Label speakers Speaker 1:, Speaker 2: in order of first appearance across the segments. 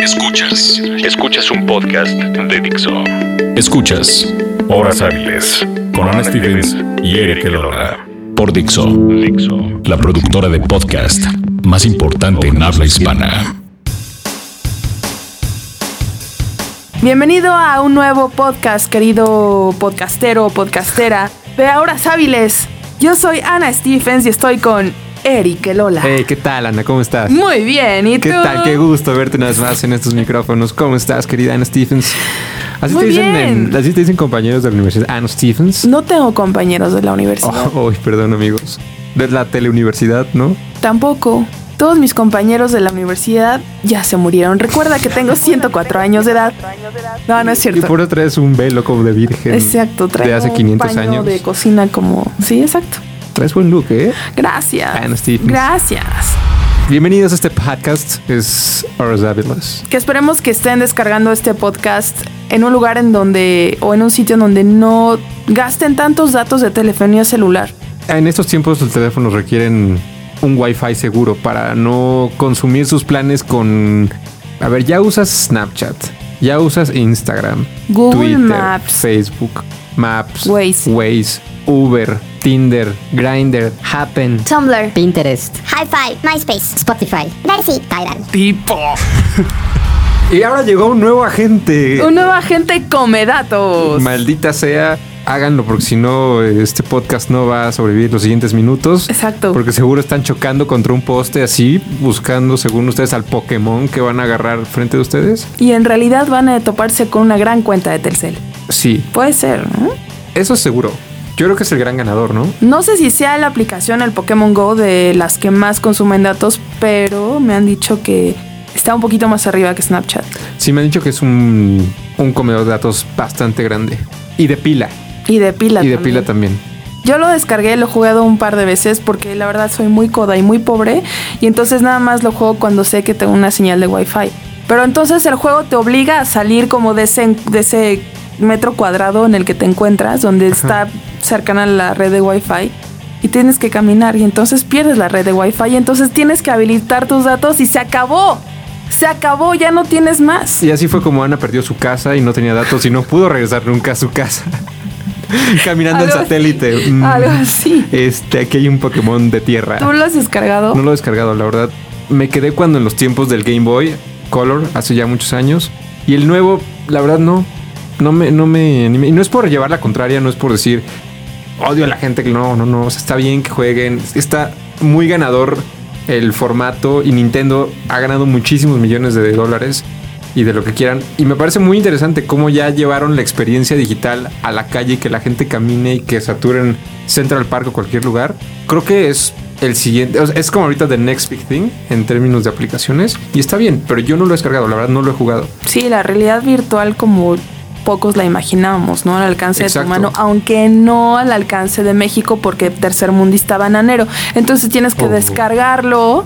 Speaker 1: Escuchas, escuchas un podcast de Dixo. Escuchas Horas Hábiles con Ana Stevens y Eric Elora por Dixo, la productora de podcast más importante en habla hispana.
Speaker 2: Bienvenido a un nuevo podcast, querido podcastero o podcastera de Horas Hábiles. Yo soy Ana Stephens y estoy con Eric Lola.
Speaker 3: Hey, ¿qué tal, Ana? ¿Cómo estás?
Speaker 2: Muy bien, ¿y
Speaker 3: ¿Qué
Speaker 2: tú?
Speaker 3: tal? Qué gusto verte una vez más en estos micrófonos. ¿Cómo estás, querida Ana Stephens? Así,
Speaker 2: Muy
Speaker 3: te dicen
Speaker 2: bien.
Speaker 3: en- así te dicen compañeros de la universidad. Ana Stephens.
Speaker 2: No tengo compañeros de la universidad.
Speaker 3: Oh, uy, perdón, amigos. De la teleuniversidad, ¿no?
Speaker 2: Tampoco. Todos mis compañeros de la universidad ya se murieron. Recuerda que tengo 104 años de edad. No, no es
Speaker 3: Y
Speaker 2: cierto.
Speaker 3: por otra es un velo como de virgen.
Speaker 2: Exacto, traigo
Speaker 3: De hace
Speaker 2: un
Speaker 3: 500
Speaker 2: paño
Speaker 3: años.
Speaker 2: de cocina como... Sí, exacto.
Speaker 3: Traes buen look, ¿eh?
Speaker 2: Gracias.
Speaker 3: Ana Stephens.
Speaker 2: Gracias.
Speaker 3: Bienvenidos a este podcast. Es Horas Ávilas.
Speaker 2: Que esperemos que estén descargando este podcast en un lugar en donde o en un sitio en donde no gasten tantos datos de telefonía celular.
Speaker 3: En estos tiempos los teléfonos requieren un Wi-Fi seguro para no consumir sus planes con... A ver, ya usas Snapchat, ya usas Instagram,
Speaker 2: Google
Speaker 3: Twitter,
Speaker 2: Maps.
Speaker 3: Facebook, Maps,
Speaker 2: Waze.
Speaker 3: Uber, Tinder, Grindr, Happen.
Speaker 4: Tumblr,
Speaker 5: Pinterest.
Speaker 4: Hi-Fi, MySpace,
Speaker 5: Spotify.
Speaker 4: Darcy, Tidal.
Speaker 3: Y ahora llegó un nuevo agente.
Speaker 2: Un nuevo agente come datos.
Speaker 3: Maldita sea, háganlo porque si no este podcast no va a sobrevivir los siguientes minutos.
Speaker 2: Exacto.
Speaker 3: Porque seguro están chocando contra un poste así, buscando según ustedes al Pokémon que van a agarrar frente de ustedes.
Speaker 2: Y en realidad van a toparse con una gran cuenta de Telcel.
Speaker 3: Sí,
Speaker 2: Puede ser, ¿no?
Speaker 3: eso es seguro. Yo creo que es el gran ganador, ¿no?
Speaker 2: No sé si sea la aplicación el Pokémon Go de las que más consumen datos, pero me han dicho que está un poquito más arriba que Snapchat.
Speaker 3: Sí, me han dicho que es un, un comedor de datos bastante grande. Y de pila.
Speaker 2: Y de pila.
Speaker 3: y de
Speaker 2: también.
Speaker 3: pila también.
Speaker 2: Yo lo descargué, lo he jugado un par de veces porque la verdad soy muy coda y muy pobre y entonces nada más lo juego cuando sé que tengo una señal de wifi. Pero entonces el juego te obliga a salir como de ese, de ese metro cuadrado en el que te encuentras, donde está cercana la red de wifi y tienes que caminar y entonces pierdes la red de wifi y entonces tienes que habilitar tus datos y se acabó. Se acabó, ya no tienes más.
Speaker 3: Y así fue como Ana perdió su casa y no tenía datos y no pudo regresar nunca a su casa. Caminando en
Speaker 2: Algo
Speaker 3: satélite.
Speaker 2: así,
Speaker 3: Mm.
Speaker 2: algo así.
Speaker 3: Este, aquí hay un Pokémon de tierra.
Speaker 2: ¿Tú lo has descargado?
Speaker 3: No lo he descargado, la verdad. Me quedé cuando en los tiempos del Game Boy Color, hace ya muchos años. Y el nuevo, la verdad, no. No me, no me animé. Y no es por llevar la contraria, no es por decir odio a la gente que no, no, no. o sea, está bien que jueguen. Está muy ganador el formato y Nintendo ha ganado muchísimos millones de dólares y de lo que quieran. Y me parece muy interesante cómo ya llevaron la experiencia digital a la calle y que la gente camine y que saturen Central Park o cualquier lugar. Creo que es el siguiente, o sea, es como ahorita The Next Big Thing en términos de aplicaciones y está bien, pero yo no lo he descargado, la verdad no lo he jugado.
Speaker 2: Sí, la realidad virtual como pocos la imaginábamos, ¿no? Al alcance
Speaker 3: Exacto.
Speaker 2: de tu mano, aunque no al alcance de México porque tercermundista bananero. Entonces tienes que
Speaker 3: Oh.
Speaker 2: descargarlo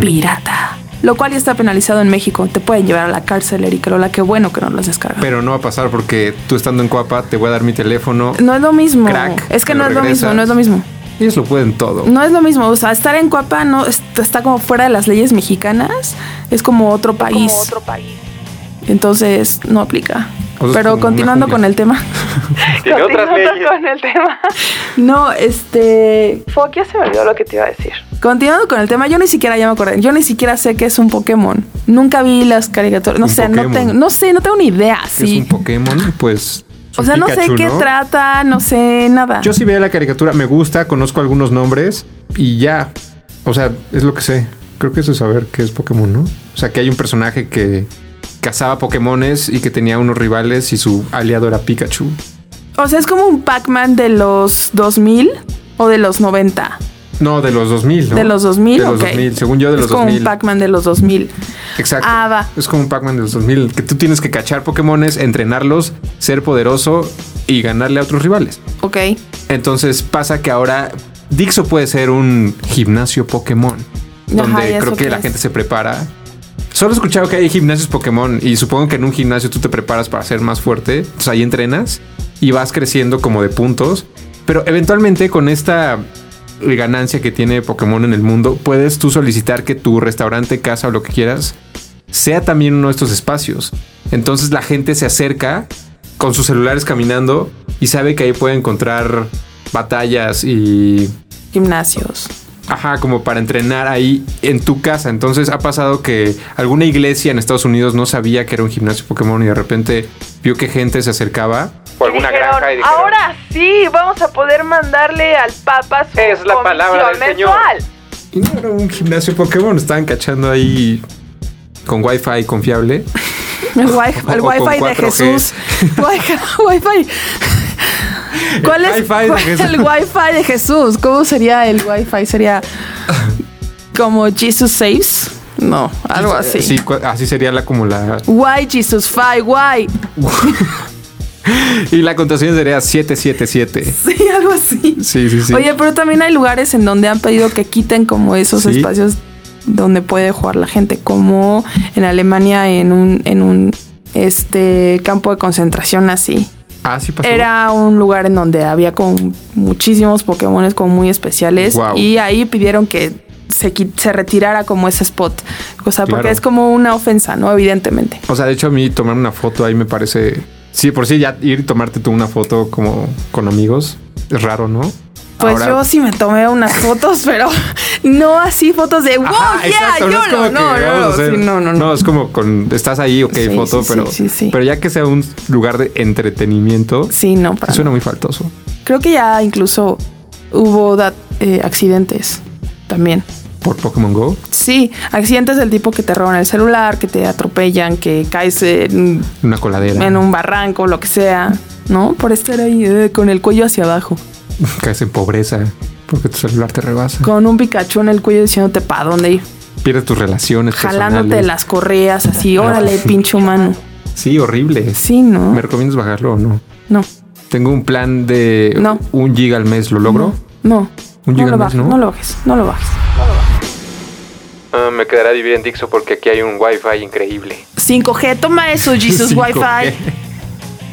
Speaker 2: pirata. Lo cual ya está penalizado en México. Te pueden llevar a la cárcel, Eric Lola. Qué bueno que no lo has descargado.
Speaker 3: Pero no va a pasar porque tú estando en Coapa te voy a dar mi teléfono.
Speaker 2: no es lo mismo.
Speaker 3: Crack,
Speaker 2: es que
Speaker 3: me
Speaker 2: no
Speaker 3: lo
Speaker 2: es lo mismo,
Speaker 3: regresas.
Speaker 2: no es lo mismo.
Speaker 3: Ellos lo pueden todo.
Speaker 2: No es lo mismo. O sea, estar en Cuapa no est- está como fuera de las leyes mexicanas. Es como otro país. Entonces no aplica.
Speaker 3: O sea, es como
Speaker 2: Pero
Speaker 3: una
Speaker 2: continuando
Speaker 3: jungla.
Speaker 2: con el tema.
Speaker 3: Tiene otras
Speaker 2: Continuando
Speaker 3: leyes.
Speaker 2: con el tema. No, este. Fuck, ya se me olvidó lo que te iba a decir. Continuando con el tema, yo ni siquiera ya me acordé. Yo ni siquiera sé qué es un Pokémon. Nunca vi las caricaturas. No
Speaker 3: Un
Speaker 2: sé, no
Speaker 3: Pokémon.
Speaker 2: tengo, no sé, no tengo ni idea.
Speaker 3: Que es
Speaker 2: Sí.
Speaker 3: un Pokémon, pues. es
Speaker 2: O
Speaker 3: un
Speaker 2: sea, no sé
Speaker 3: Pikachu,
Speaker 2: qué
Speaker 3: ¿no?
Speaker 2: trata, no sé nada.
Speaker 3: Yo sí veía la caricatura, me gusta, conozco algunos nombres y ya. O sea, es lo que sé. Creo que eso es saber qué es Pokémon, ¿no? O sea, que hay un personaje que cazaba Pokémones y que tenía unos rivales y su aliado era Pikachu.
Speaker 2: O sea, es como un Pac-Man de los 2000 o de los 90.
Speaker 3: No, de los 2000, ¿no?
Speaker 2: De los 2000,
Speaker 3: De los
Speaker 2: ok.
Speaker 3: 2000, según yo de
Speaker 2: es
Speaker 3: los
Speaker 2: como
Speaker 3: 2000.
Speaker 2: un Pac-Man de los 2000.
Speaker 3: Exacto.
Speaker 2: Ah, va.
Speaker 3: Es como un Pac-Man de los 2000, que tú tienes que cachar Pokémones, entrenarlos, ser poderoso y ganarle a otros rivales.
Speaker 2: Ok.
Speaker 3: Entonces pasa que ahora Dixo puede ser un gimnasio Pokémon,
Speaker 2: Ajá, ¿y
Speaker 3: donde
Speaker 2: eso
Speaker 3: creo
Speaker 2: qué
Speaker 3: que la
Speaker 2: es?
Speaker 3: gente se prepara. Solo he escuchado que hay gimnasios Pokémon y supongo que en un gimnasio tú te preparas para ser más fuerte, entonces ahí entrenas y vas creciendo como de puntos, pero eventualmente con esta ganancia que tiene Pokémon en el mundo, puedes tú solicitar que tu restaurante, casa o lo que quieras sea también uno de estos espacios. Entonces la gente se acerca con sus celulares caminando y sabe que ahí puede encontrar batallas y
Speaker 2: Gimnasios.
Speaker 3: Ajá, como para entrenar ahí en tu casa. Entonces ha pasado que alguna iglesia en Estados Unidos no sabía que era un gimnasio Pokémon y de repente vio que gente se acercaba. O alguna
Speaker 2: Dijeron,
Speaker 3: granja y dijeron,
Speaker 2: Ahora sí, vamos a poder mandarle al Papa su
Speaker 3: Es la palabra
Speaker 2: comisión
Speaker 3: del Señor".
Speaker 2: mensual.
Speaker 3: Y no era un gimnasio Pokémon, estaban cachando ahí con wifi confiable.
Speaker 2: El, wi-
Speaker 3: O-
Speaker 2: el
Speaker 3: o con
Speaker 2: wifi de
Speaker 3: 4G.
Speaker 2: Jesús. Wi- wifi. ¿Cuál es
Speaker 3: wifi de
Speaker 2: cuál-
Speaker 3: Jesús.
Speaker 2: el wifi de Jesús? ¿Cómo sería el wifi? Sería como Jesus Saves. No, algo así.
Speaker 3: Sí, cu- así sería la como la...
Speaker 2: Why Jesus Fi, why.
Speaker 3: Y la contraseña sería 777.
Speaker 2: Sí, algo así.
Speaker 3: Sí, sí, sí.
Speaker 2: Oye, pero también hay lugares en donde han pedido que quiten como esos
Speaker 3: Sí.
Speaker 2: espacios donde puede jugar la gente, como en Alemania en un, en un este campo de concentración así.
Speaker 3: ah, sí pasó.
Speaker 2: Era un lugar en donde había con muchísimos Pokémones como muy especiales
Speaker 3: Guau.
Speaker 2: y ahí pidieron que se, qui- se retirara como ese spot. O sea, porque
Speaker 3: Claro.
Speaker 2: es como una ofensa, ¿no? Evidentemente.
Speaker 3: O sea, de hecho a mí tomar una foto ahí me parece... Sí, por sí ya ir y tomarte tú una foto como con amigos es raro, ¿no?
Speaker 2: Pues
Speaker 3: Ahora-
Speaker 2: yo sí me tomé unas fotos, pero no así fotos de wow,
Speaker 3: Ajá,
Speaker 2: yeah,
Speaker 3: Ah, exacto,
Speaker 2: yo
Speaker 3: no es como
Speaker 2: no,
Speaker 3: que
Speaker 2: no,
Speaker 3: vamos a
Speaker 2: no,
Speaker 3: hacer-
Speaker 2: sí, no, no, no.
Speaker 3: es como con estás ahí, ok,
Speaker 2: Sí,
Speaker 3: foto,
Speaker 2: sí,
Speaker 3: pero,
Speaker 2: sí, sí, sí.
Speaker 3: pero ya que sea un lugar de entretenimiento, pues
Speaker 2: Sí, no, para
Speaker 3: suena muy faltoso.
Speaker 2: nada. Creo que ya incluso hubo da- eh, accidentes también.
Speaker 3: Por Pokémon Go.
Speaker 2: Sí, accidentes del tipo que te roban el celular, que te atropellan, que caes en,
Speaker 3: Una coladera.
Speaker 2: en un barranco, lo que sea, ¿no? Por estar ahí eh, con el cuello hacia abajo,
Speaker 3: Caes en pobreza porque tu celular te rebasa.
Speaker 2: con un Pikachu en el cuello diciéndote para dónde ir,
Speaker 3: Pierdes tus relaciones.
Speaker 2: jalándote
Speaker 3: personales.
Speaker 2: las correas, así, órale, pinche humano.
Speaker 3: Sí, horrible.
Speaker 2: Sí, ¿no?
Speaker 3: ¿Me recomiendas bajarlo o no?
Speaker 2: No,
Speaker 3: Tengo un plan de
Speaker 2: No.
Speaker 3: un giga al mes. ¿Lo logro?
Speaker 2: no. No
Speaker 3: Un giga
Speaker 2: lo,
Speaker 3: al mes,
Speaker 2: bajes,
Speaker 3: ¿no?
Speaker 2: no lo bajes, no lo bajes.
Speaker 3: Ah, me quedará vivir en Dixo porque aquí hay un wifi increíble.
Speaker 2: 5G, toma eso, Jesus Wi-Fi.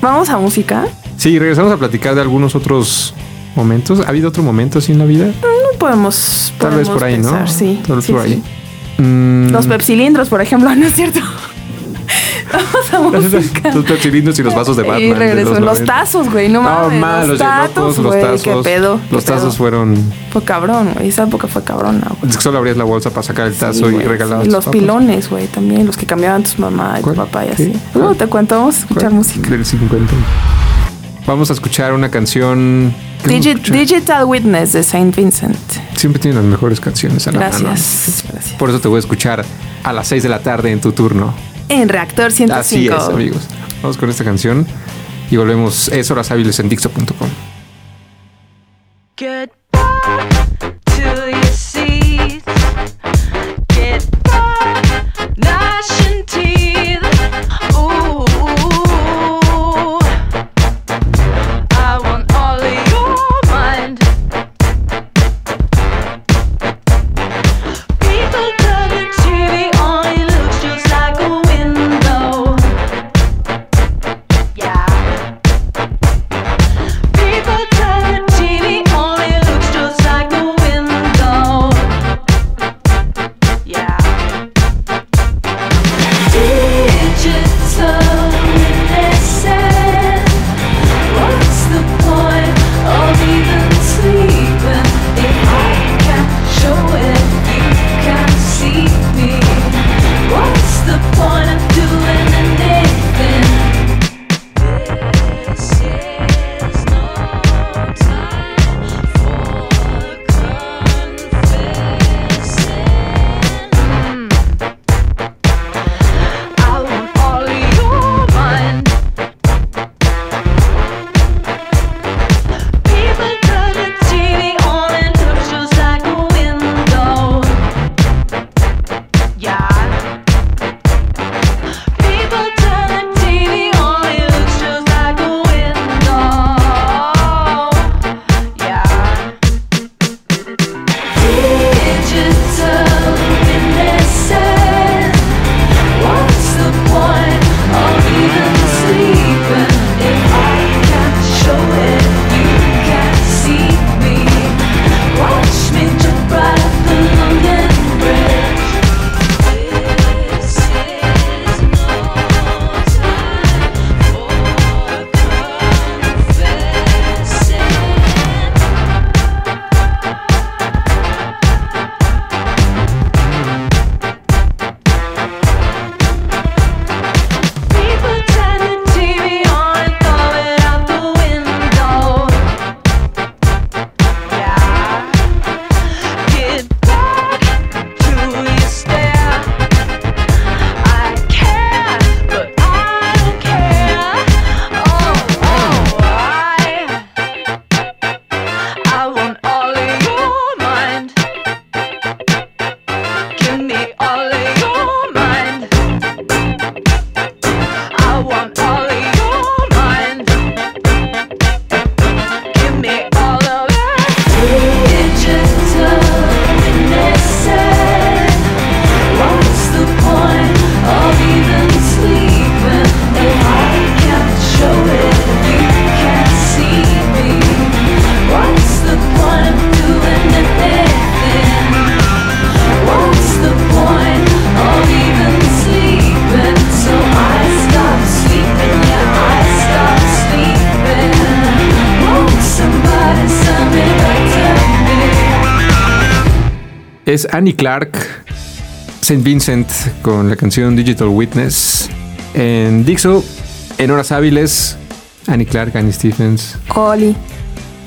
Speaker 2: Vamos a música.
Speaker 3: Sí, regresamos a platicar de algunos otros momentos. ¿Ha habido otro momento así en la vida?
Speaker 2: No podemos.
Speaker 3: Tal vez
Speaker 2: podemos
Speaker 3: por ahí, ¿no?
Speaker 2: pensar, Sí.
Speaker 3: Tal vez
Speaker 2: sí,
Speaker 3: por ahí.
Speaker 2: sí.
Speaker 3: Mm,
Speaker 2: Los pepsilindros, por ejemplo, ¿no es cierto? Vamos a música.
Speaker 3: los pepsilindros y los vasos de Batman.
Speaker 2: Y
Speaker 3: de
Speaker 2: regresó. Los,
Speaker 3: 90.
Speaker 2: tazos, güey, no
Speaker 3: No,
Speaker 2: mames.
Speaker 3: malos,
Speaker 2: los,
Speaker 3: los
Speaker 2: tazos,
Speaker 3: locos, los
Speaker 2: güey,
Speaker 3: tazos.
Speaker 2: qué pedo.
Speaker 3: Los
Speaker 2: qué
Speaker 3: tazos
Speaker 2: pedo.
Speaker 3: fueron.
Speaker 2: Fue cabrón, güey. Esa época fue cabrona, güey.
Speaker 3: es que Solo abrías la bolsa para sacar el
Speaker 2: Sí,
Speaker 3: tazo y
Speaker 2: güey,
Speaker 3: regalabas.
Speaker 2: sí.
Speaker 3: tus
Speaker 2: Los
Speaker 3: papas.
Speaker 2: pilones, güey, también. Los que cambiaban tus mamá y tu
Speaker 3: ¿Cuál?
Speaker 2: papá y
Speaker 3: Sí.
Speaker 2: así. Luego te cuento, vamos a escuchar música.
Speaker 3: Del 50. Vamos a escuchar una canción. ¿Qué vamos a
Speaker 2: Digi-
Speaker 3: escuchar?
Speaker 2: Digital Witness de Saint Vincent.
Speaker 3: Siempre tiene las mejores canciones a la mano.
Speaker 2: Gracias. Gracias.
Speaker 3: Por eso te voy a escuchar a las 6 de la tarde en tu turno.
Speaker 2: En Reactor 105.
Speaker 3: Así es, amigos. Vamos con esta canción y volvemos. Es horas hábiles en Dixo.com.
Speaker 5: Get back to your seats. Get back, gnashing teeth. Ooh, I want all of your mind. People turn the TV on. It looks just like a window. Yeah. People turn the TV on. It looks Oh,
Speaker 3: Es Annie Clark, St. Vincent, con la canción Digital Witness. En Dixo, en horas hábiles, Annie Clark, Annie Stephens.
Speaker 2: Oli.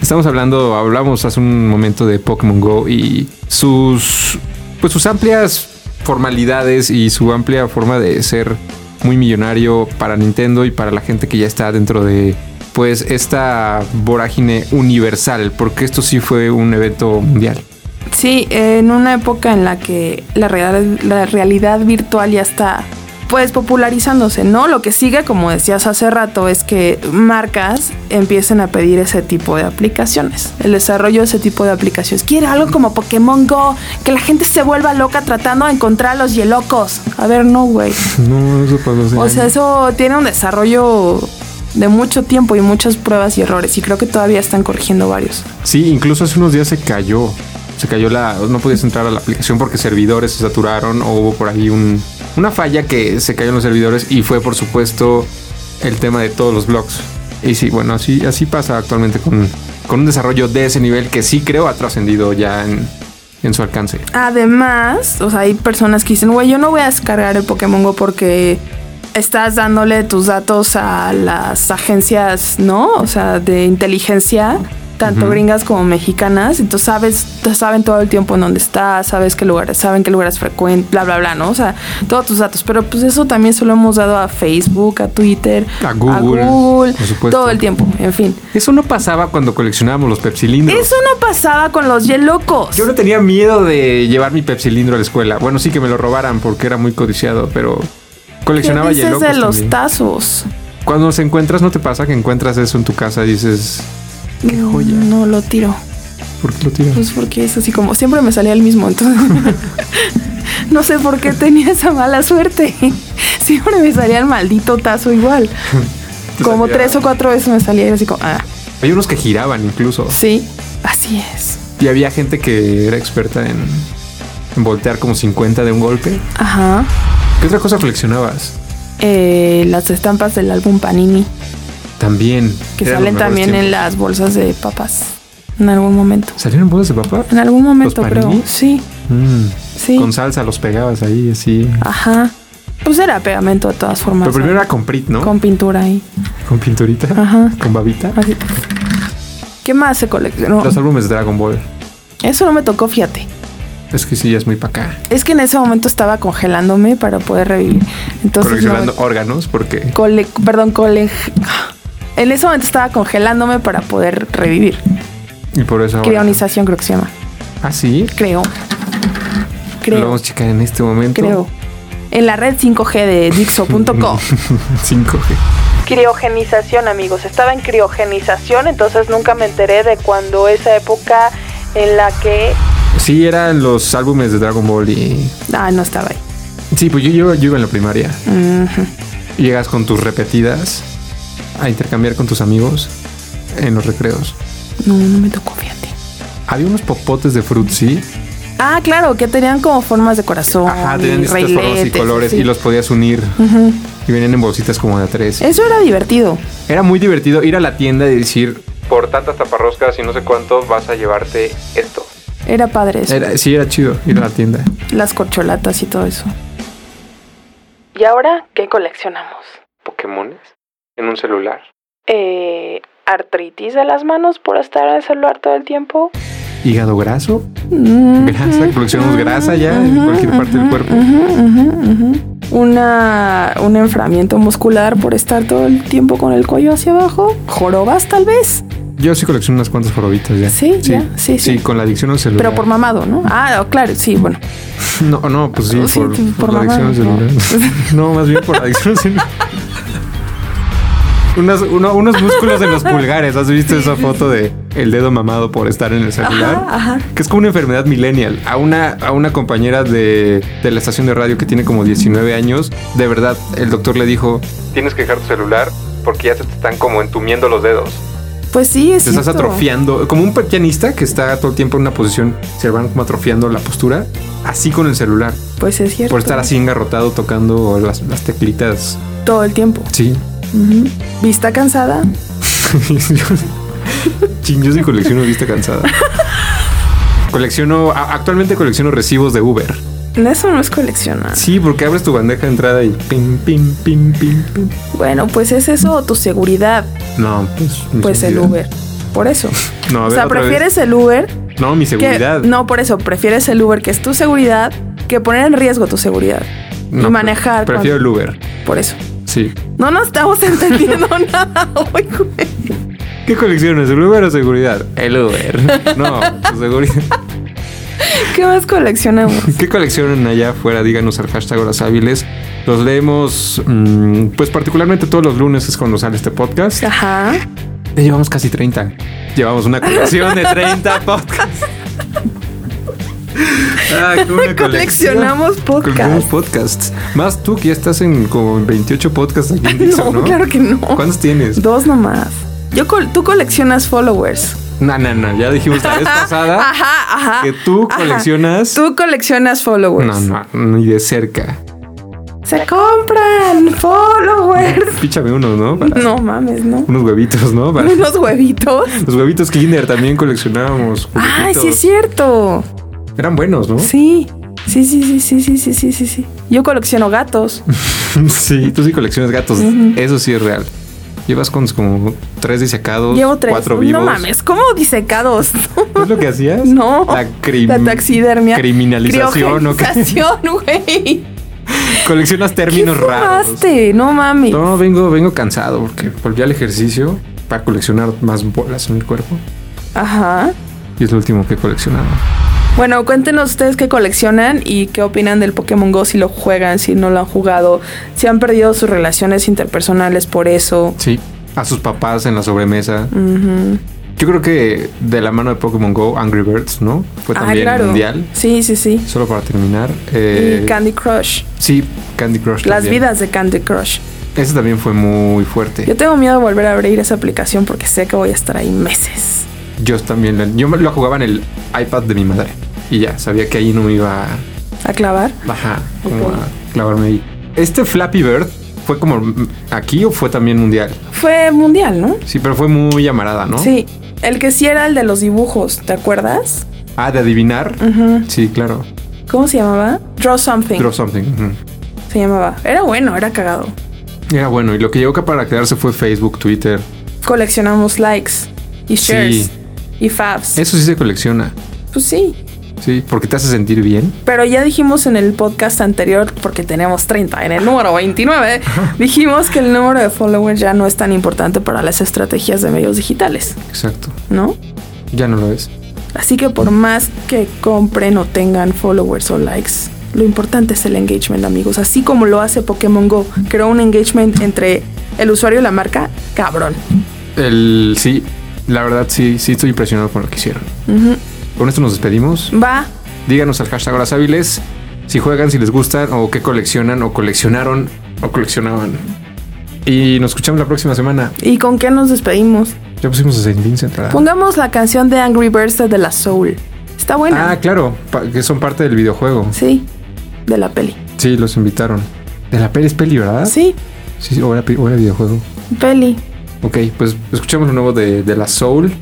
Speaker 3: Estamos hablando, hablamos hace un momento de Pokémon Go y sus, pues sus amplias formalidades y su amplia forma de ser muy millonario para Nintendo y para la gente que ya está dentro de, pues esta vorágine universal, porque esto sí fue un evento mundial.
Speaker 2: Sí, eh, en una época en la que la realidad, la realidad virtual ya está pues popularizándose, ¿no? Lo que sigue, como decías hace rato, es que marcas empiecen a pedir ese tipo de aplicaciones, el desarrollo de ese tipo de aplicaciones. Quiere algo como Pokémon Go, que la gente se vuelva loca tratando de encontrar a los yelocos. A ver, no, güey.
Speaker 3: No, eso pasó hace
Speaker 2: O sea,
Speaker 3: años.
Speaker 2: eso tiene un desarrollo de mucho tiempo y muchas pruebas y errores, y creo que todavía están corrigiendo varios.
Speaker 3: Sí, incluso hace unos días se cayó. Se cayó la. No podías entrar a la aplicación porque servidores se saturaron o hubo por ahí un, una falla que se cayó en los servidores y fue, por supuesto, el tema de todos los blogs. Y sí, bueno, así, así pasa actualmente con, con un desarrollo de ese nivel que sí creo ha trascendido ya en, en su alcance.
Speaker 2: Además, o sea, hay personas que dicen, güey, yo no voy a descargar el Pokémon Go porque estás dándole tus datos a las agencias, ¿no? O sea, de inteligencia, tanto gringas como mexicanas. Entonces sabes, te saben todo el tiempo en dónde estás, sabes qué lugares, saben qué lugares frecuentes, bla, bla, bla, ¿no? O sea, todos tus datos. Pero pues eso también se lo hemos dado a Facebook, a Twitter,
Speaker 3: A Google,
Speaker 2: a Google
Speaker 3: por supuesto.
Speaker 2: todo el tiempo, en fin.
Speaker 3: Eso no pasaba cuando coleccionábamos los pepsilindros.
Speaker 2: Eso no pasaba con los Yelocos.
Speaker 3: Yo no tenía miedo de llevar mi pepsilindro a la escuela. Bueno, sí que me lo robaran porque era muy codiciado, pero
Speaker 2: ¿Qué
Speaker 3: coleccionaba
Speaker 2: dices
Speaker 3: yelocos
Speaker 2: de los
Speaker 3: también.
Speaker 2: tazos?
Speaker 3: Cuando los encuentras, ¿no te pasa que encuentras eso en tu casa y dices, qué joya?
Speaker 2: No lo tiro.
Speaker 3: ¿Por qué lo tiras?
Speaker 2: Pues porque es así como siempre me salía el mismo, entonces no sé por qué tenía esa mala suerte. Siempre me salía el maldito tazo igual.
Speaker 3: Te
Speaker 2: Como
Speaker 3: salía-
Speaker 2: tres o cuatro veces me salía y era así como, ah,
Speaker 3: Hay unos que giraban incluso.
Speaker 2: sí, así es.
Speaker 3: Y había gente que era experta en, en voltear como 50 de un golpe.
Speaker 2: Ajá.
Speaker 3: ¿Qué otra cosa coleccionabas?
Speaker 2: Eh, las estampas del álbum Panini,
Speaker 3: También.
Speaker 2: que
Speaker 3: eran
Speaker 2: salen
Speaker 3: los mejores
Speaker 2: también en
Speaker 3: tiempos.
Speaker 2: las bolsas de papas en algún momento.
Speaker 3: ¿Salieron bodas de papá?
Speaker 2: En algún momento,
Speaker 3: ¿Los
Speaker 2: creo.
Speaker 3: Panini?
Speaker 2: Sí,
Speaker 3: Mm.
Speaker 2: sí. Ah,
Speaker 3: Con salsa los pegabas ahí, así.
Speaker 2: Ajá. Pues era pegamento de todas formas.
Speaker 3: Pero primero era con Prit, ¿no?
Speaker 2: Con pintura ahí.
Speaker 3: Con pinturita.
Speaker 2: Ajá. Ah,
Speaker 3: Con babita.
Speaker 2: Así. ¿Qué más se coleccionó?
Speaker 3: Los álbumes de Dragon Ball.
Speaker 2: Eso no me tocó, fíjate.
Speaker 3: Es que sí, ya es muy para acá.
Speaker 2: Es que en ese momento estaba congelándome para poder revivir. Entonces, no me-
Speaker 3: Coleccionando órganos porque
Speaker 2: cole- perdón, cole. En ese momento estaba congelándome para poder revivir.
Speaker 3: y por eso ahora.
Speaker 2: Crionización creo que se llama.
Speaker 3: Ah, sí.
Speaker 2: Creo.
Speaker 3: Lo
Speaker 2: Creo.
Speaker 3: vamos a checar en este momento.
Speaker 2: Creo. En la red 5G de Dixo.com.
Speaker 3: 5G.
Speaker 2: criogenización, amigos. Estaba en criogenización, entonces nunca me enteré de cuando esa época en la que...
Speaker 3: Sí, eran los álbumes de Dragon Ball y.
Speaker 2: Ah, no estaba ahí.
Speaker 3: Sí, pues yo, yo, yo iba en la primaria.
Speaker 2: Ujú.
Speaker 3: Y Llegas con tus repetidas a intercambiar con tus amigos en los recreos.
Speaker 2: No, no me tocó, fíjate.
Speaker 3: Había unos popotes de Fruitsy.
Speaker 2: Ah, claro, que tenían como formas de corazón.
Speaker 3: Ajá, tenían
Speaker 2: Oh, y
Speaker 3: distintas formas y
Speaker 2: railetes,
Speaker 3: colores
Speaker 2: sí.
Speaker 3: y los podías unir. Y venían en bolsitas como de a tres.
Speaker 2: Eso era divertido.
Speaker 3: Era muy divertido ir a la tienda y decir, por tantas taparroscas y no sé cuánto vas a llevarte esto.
Speaker 2: Era padre eso.
Speaker 3: Era, sí, era chido ir a la tienda.
Speaker 2: Las corcholatas y todo eso. ¿Y ahora qué coleccionamos?
Speaker 3: Pokémones en un celular.
Speaker 2: Eh, ¿Artritis de las manos por estar en el celular todo el tiempo?
Speaker 3: Hígado graso, grasa, coleccionamos grasa ya en cualquier parte del cuerpo.
Speaker 2: Una, un enfriamiento muscular por estar todo el tiempo con el cuello hacia abajo. Jorobas tal vez,
Speaker 3: Yo sí colecciono unas cuantas jorobitas ya.
Speaker 2: Sí, ya, sí, sí.
Speaker 3: con la adicción al celular.
Speaker 2: pero por mamado, ¿no? Ah, claro, sí, bueno.
Speaker 3: No, no, pues sí,
Speaker 2: Sí,
Speaker 3: por,
Speaker 2: tú-
Speaker 3: por
Speaker 2: por
Speaker 3: la adicción al
Speaker 2: mamá,
Speaker 3: celular. No, más bien por la adicción al celular. Unas- uno- unos músculos en los pulgares. ¿Has visto esa foto de el dedo mamado por estar en el celular?
Speaker 2: ajá.
Speaker 3: Que es como una enfermedad millennial. A una, a una compañera de, de la estación de radio que tiene como 19 años, de verdad, el doctor le dijo: Tienes que dejar tu celular porque ya se te están como entumiendo los dedos.
Speaker 2: Pues sí, es
Speaker 3: Te estás
Speaker 2: cierto.
Speaker 3: atrofiando. Como un pianista que está todo el tiempo en una posición, se van como atrofiando la postura. Así con el celular.
Speaker 2: Pues es cierto.
Speaker 3: Por estar así engarrotado tocando las, las teclitas.
Speaker 2: Todo el tiempo.
Speaker 3: Sí.
Speaker 2: Vista cansada.
Speaker 3: Chin, yo sí colecciono vista cansada. Colecciono, a- actualmente colecciono recibos de Uber.
Speaker 2: Eso no es coleccionar.
Speaker 3: Sí, porque abres tu bandeja de entrada y pim, pim, pim, pim, pim.
Speaker 2: Bueno, pues es eso o tu seguridad,
Speaker 3: No, pues. mi
Speaker 2: pues el
Speaker 3: seguridad.
Speaker 2: Uber. Por eso.
Speaker 3: No,
Speaker 2: o
Speaker 3: a ver,
Speaker 2: sea,
Speaker 3: otra vez.
Speaker 2: prefieres el Uber
Speaker 3: No, mi
Speaker 2: que
Speaker 3: seguridad.
Speaker 2: no, por eso, prefieres el Uber que es tu seguridad que poner en riesgo tu seguridad
Speaker 3: No,
Speaker 2: y manejar
Speaker 3: pre-
Speaker 2: con-
Speaker 3: Prefiero el Uber.
Speaker 2: por eso.
Speaker 3: Sí.
Speaker 2: No nos estamos entendiendo nada hoy, güey.
Speaker 3: ¿Qué colecciones? ¿El Uber o seguridad? El Uber. No, tu seguridad.
Speaker 2: ¿Qué más coleccionamos?
Speaker 3: ¿Qué coleccionan allá afuera? Díganos al hashtag Horas Hábiles. Los leemos, mm, pues particularmente todos los lunes es cuando sale este podcast.
Speaker 2: Ajá.
Speaker 3: Ya llevamos casi 30. Llevamos una colección de 30 podcasts. Ah, qué buena colección.
Speaker 2: Coleccionamos podcasts.
Speaker 3: Coleccionamos podcasts. Más tú que ya estás en como 28 podcasts aquí en Dixon,
Speaker 2: No,
Speaker 3: ¿no?
Speaker 2: claro que no.
Speaker 3: ¿Cuántos tienes?
Speaker 2: Dos nomás. Yo col- tú coleccionas followers.
Speaker 3: No, no, no. Ya dijimos la vez pasada
Speaker 2: Ajá, ajá.
Speaker 3: Ah, que tú
Speaker 2: ajá.
Speaker 3: coleccionas.
Speaker 2: Tú pues. coleccionas
Speaker 3: No,
Speaker 2: followers.
Speaker 3: no, ni de cerca.
Speaker 2: Se compran followers.
Speaker 3: Píchame uno, ¿no? Para-
Speaker 2: No mames, no.
Speaker 3: Unos huevitos, ¿no? Para-
Speaker 2: Unos huevitos.
Speaker 3: Los huevitos Kinder también coleccionábamos.
Speaker 2: Ay,
Speaker 3: juguetitos.
Speaker 2: sí es cierto.
Speaker 3: Eran buenos, ¿no?
Speaker 2: Sí. Sí, sí, sí, sí, sí, sí, sí, sí, sí. Yo colecciono gatos.
Speaker 3: Sí, tú sí coleccionas gatos. Eso sí es real. Llevas con como tres disecados,
Speaker 2: Llevo tres.
Speaker 3: cuatro vivos.
Speaker 2: no mames, ¿cómo disecados?
Speaker 3: ¿Es lo que hacías?
Speaker 2: No.
Speaker 3: La, crim-
Speaker 2: La taxidermia.
Speaker 3: Criminalización, ¿no?
Speaker 2: Criogenización, güey.
Speaker 3: Coleccionas
Speaker 2: ¿Qué
Speaker 3: términos raros.
Speaker 2: fumaste? No mames.
Speaker 3: No, vengo, vengo cansado porque volví al ejercicio para coleccionar más bolas en el cuerpo.
Speaker 2: Ajá.
Speaker 3: Y es lo último que he coleccionado.
Speaker 2: Bueno, cuéntenos ustedes qué coleccionan y qué opinan del Pokémon Go, si lo juegan, si no lo han jugado, si han perdido sus relaciones interpersonales por eso.
Speaker 3: Sí. A sus papás en la sobremesa. Yo creo que de la mano de Pokémon Go, Angry Birds, ¿no? Fue
Speaker 2: Ah,
Speaker 3: también mundial.
Speaker 2: Sí, sí, sí.
Speaker 3: Solo para terminar. eh,
Speaker 2: y Candy Crush.
Speaker 3: sí, Candy Crush.
Speaker 2: Las
Speaker 3: también.
Speaker 2: vidas de Candy Crush.
Speaker 3: Ese también fue muy fuerte.
Speaker 2: Yo tengo miedo de volver a abrir esa aplicación porque sé que voy a estar ahí meses.
Speaker 3: Yo también, la- yo me- lo jugaba en el iPad de mi madre y ya sabía que ahí no me iba a,
Speaker 2: ¿A clavar?
Speaker 3: ajá, como
Speaker 2: Ok.
Speaker 3: a clavarme ahí. Este Flappy Bird fue como mm, aquí o fue también mundial.
Speaker 2: Fue mundial, ¿no?
Speaker 3: Sí, pero fue muy amarada, ¿no?
Speaker 2: Sí. El que sí era el de los dibujos, ¿te acuerdas?
Speaker 3: Ah, de adivinar. Sí, claro.
Speaker 2: ¿Cómo se llamaba? Draw Something.
Speaker 3: Draw something. ujú.
Speaker 2: Se llamaba. Era bueno, era cagado.
Speaker 3: Era bueno y lo que llegó acá para quedarse fue Facebook, Twitter.
Speaker 2: Coleccionamos likes y shares
Speaker 3: Sí.
Speaker 2: y faves.
Speaker 3: Eso sí se colecciona.
Speaker 2: Pues sí.
Speaker 3: Sí, porque te hace sentir bien.
Speaker 2: Pero ya dijimos en el podcast anterior, porque tenemos 30, en el número 29, dijimos que el número de followers ya no es tan importante para las estrategias de medios digitales,
Speaker 3: Exacto.
Speaker 2: ¿no?
Speaker 3: Ya no lo es.
Speaker 2: Así que por más que compren o tengan followers o likes, lo importante es el engagement, amigos. Así como lo hace Pokémon Go, creó un engagement entre el usuario y la marca, cabrón.
Speaker 3: El sí, la verdad sí, sí estoy impresionado con lo que hicieron. Con esto nos despedimos.
Speaker 2: Va,
Speaker 3: Díganos al hashtag Horas Hábiles si juegan, si les gustan o qué coleccionan o coleccionaron o coleccionaban. Y nos escuchamos la próxima semana.
Speaker 2: ¿y con qué nos despedimos?
Speaker 3: Ya pusimos a Saint Vincent. ¿verdad?
Speaker 2: Pongamos la canción de Angry Birds de la Soul. Está buena.
Speaker 3: Ah, claro, pa- que son parte del videojuego.
Speaker 2: Sí, de la peli.
Speaker 3: Sí, los invitaron. De la Pérez Peli, ¿verdad?
Speaker 2: Sí,
Speaker 3: Sí, sí, o era, pe- o era videojuego.
Speaker 2: peli.
Speaker 3: Ok, pues escuchamos lo nuevo de, de La Soul,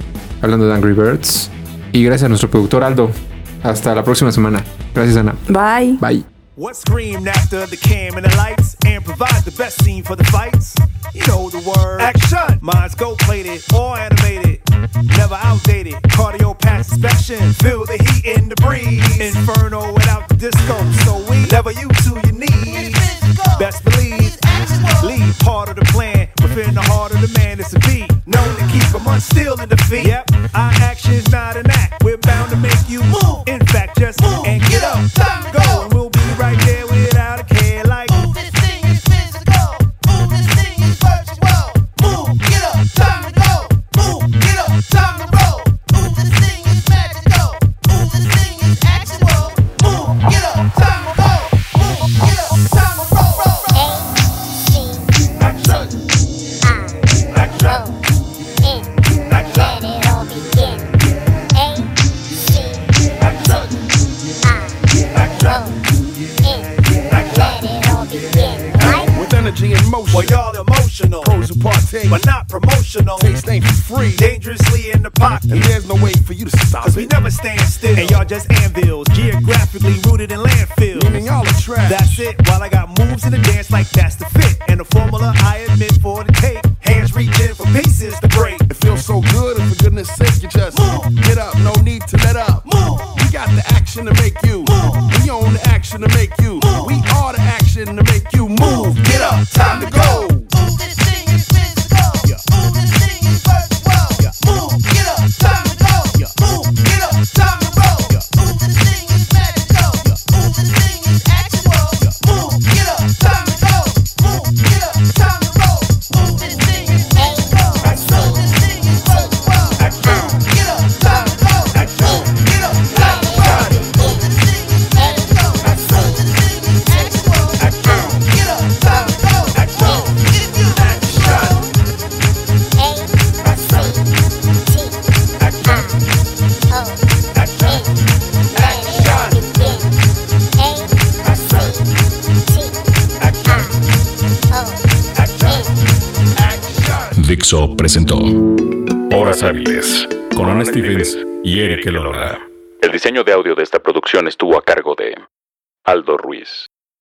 Speaker 3: hablando de Angry Birds. Y gracias a nuestro productor Aldo. Hasta la próxima semana. Gracias, Ana.
Speaker 2: Bye.
Speaker 3: Bye.
Speaker 6: What screamed after the cam and the lights and provide the best scene for the fights? You know the word. Action! Mine's gold plated or animated. Never outdated. Cardio pass inspection. Feel the heat in the breeze. Inferno without the disco. So we level you to your knees. Best believe. Lead part of the plan. Within the heart of the man is a beat. Known to keep a month still in defeat. Yep, our action's not an act. We're bound to make you move. In fact, just move and get up. Time to go. And we'll be right there without a care. Like,
Speaker 7: Move this thing is physical. Move this thing is virtual. Move, get up, time to go. Move, get up, time to roll. Move this thing is magical. Move this thing is actual. Move, get up, time to go. Move, get up, time to roll. roll, roll.
Speaker 4: Action.
Speaker 8: Right.
Speaker 7: With energy and motion.
Speaker 9: Well, y'all emotional.
Speaker 7: Those who partake,
Speaker 9: But not promotional.
Speaker 7: taste ain't free.
Speaker 9: Dangerously in the
Speaker 7: And
Speaker 9: pocket.
Speaker 7: there's no way for you to stop
Speaker 9: Cause
Speaker 7: it.
Speaker 9: we never stand still. And y'all just anvils, geographically rooted in
Speaker 7: Meaning
Speaker 9: landfills.
Speaker 7: y'all are trash.
Speaker 9: That's it. While I got moves in the dance like that's the fit. And the formula I admit for the take. Hands reaching for pieces to break.
Speaker 7: It feels so good, and for goodness sake, you just
Speaker 6: Move.
Speaker 7: get up. No need to let up.
Speaker 6: Move.
Speaker 7: We got the action to make you.
Speaker 6: Move.
Speaker 7: We own the action to make you.
Speaker 6: Move.
Speaker 7: We are the action to make you move. Get up, time to go.
Speaker 6: Ooh, this thing is physical. Ooh, this thing is virtual. Move, get up, time to go. Move, get up, time to roll. Ooh, this thing is magical. Ooh, this thing is actual. Move, get up, time to go. Move, get up, time to roll. Ooh, this thing is magical. Ooh, this thing is virtual. Move, get up, time to go. Move, get up, time to roll. Ooh, this thing is magical. Ooh, this thing is actual. Move, get up, time to go. Move, if you like to roll.
Speaker 1: Dixo presentó Horas Hábiles con Ana Stevens y Eric Elora.
Speaker 3: El diseño de audio de esta producción estuvo a cargo de Aldo Ruiz.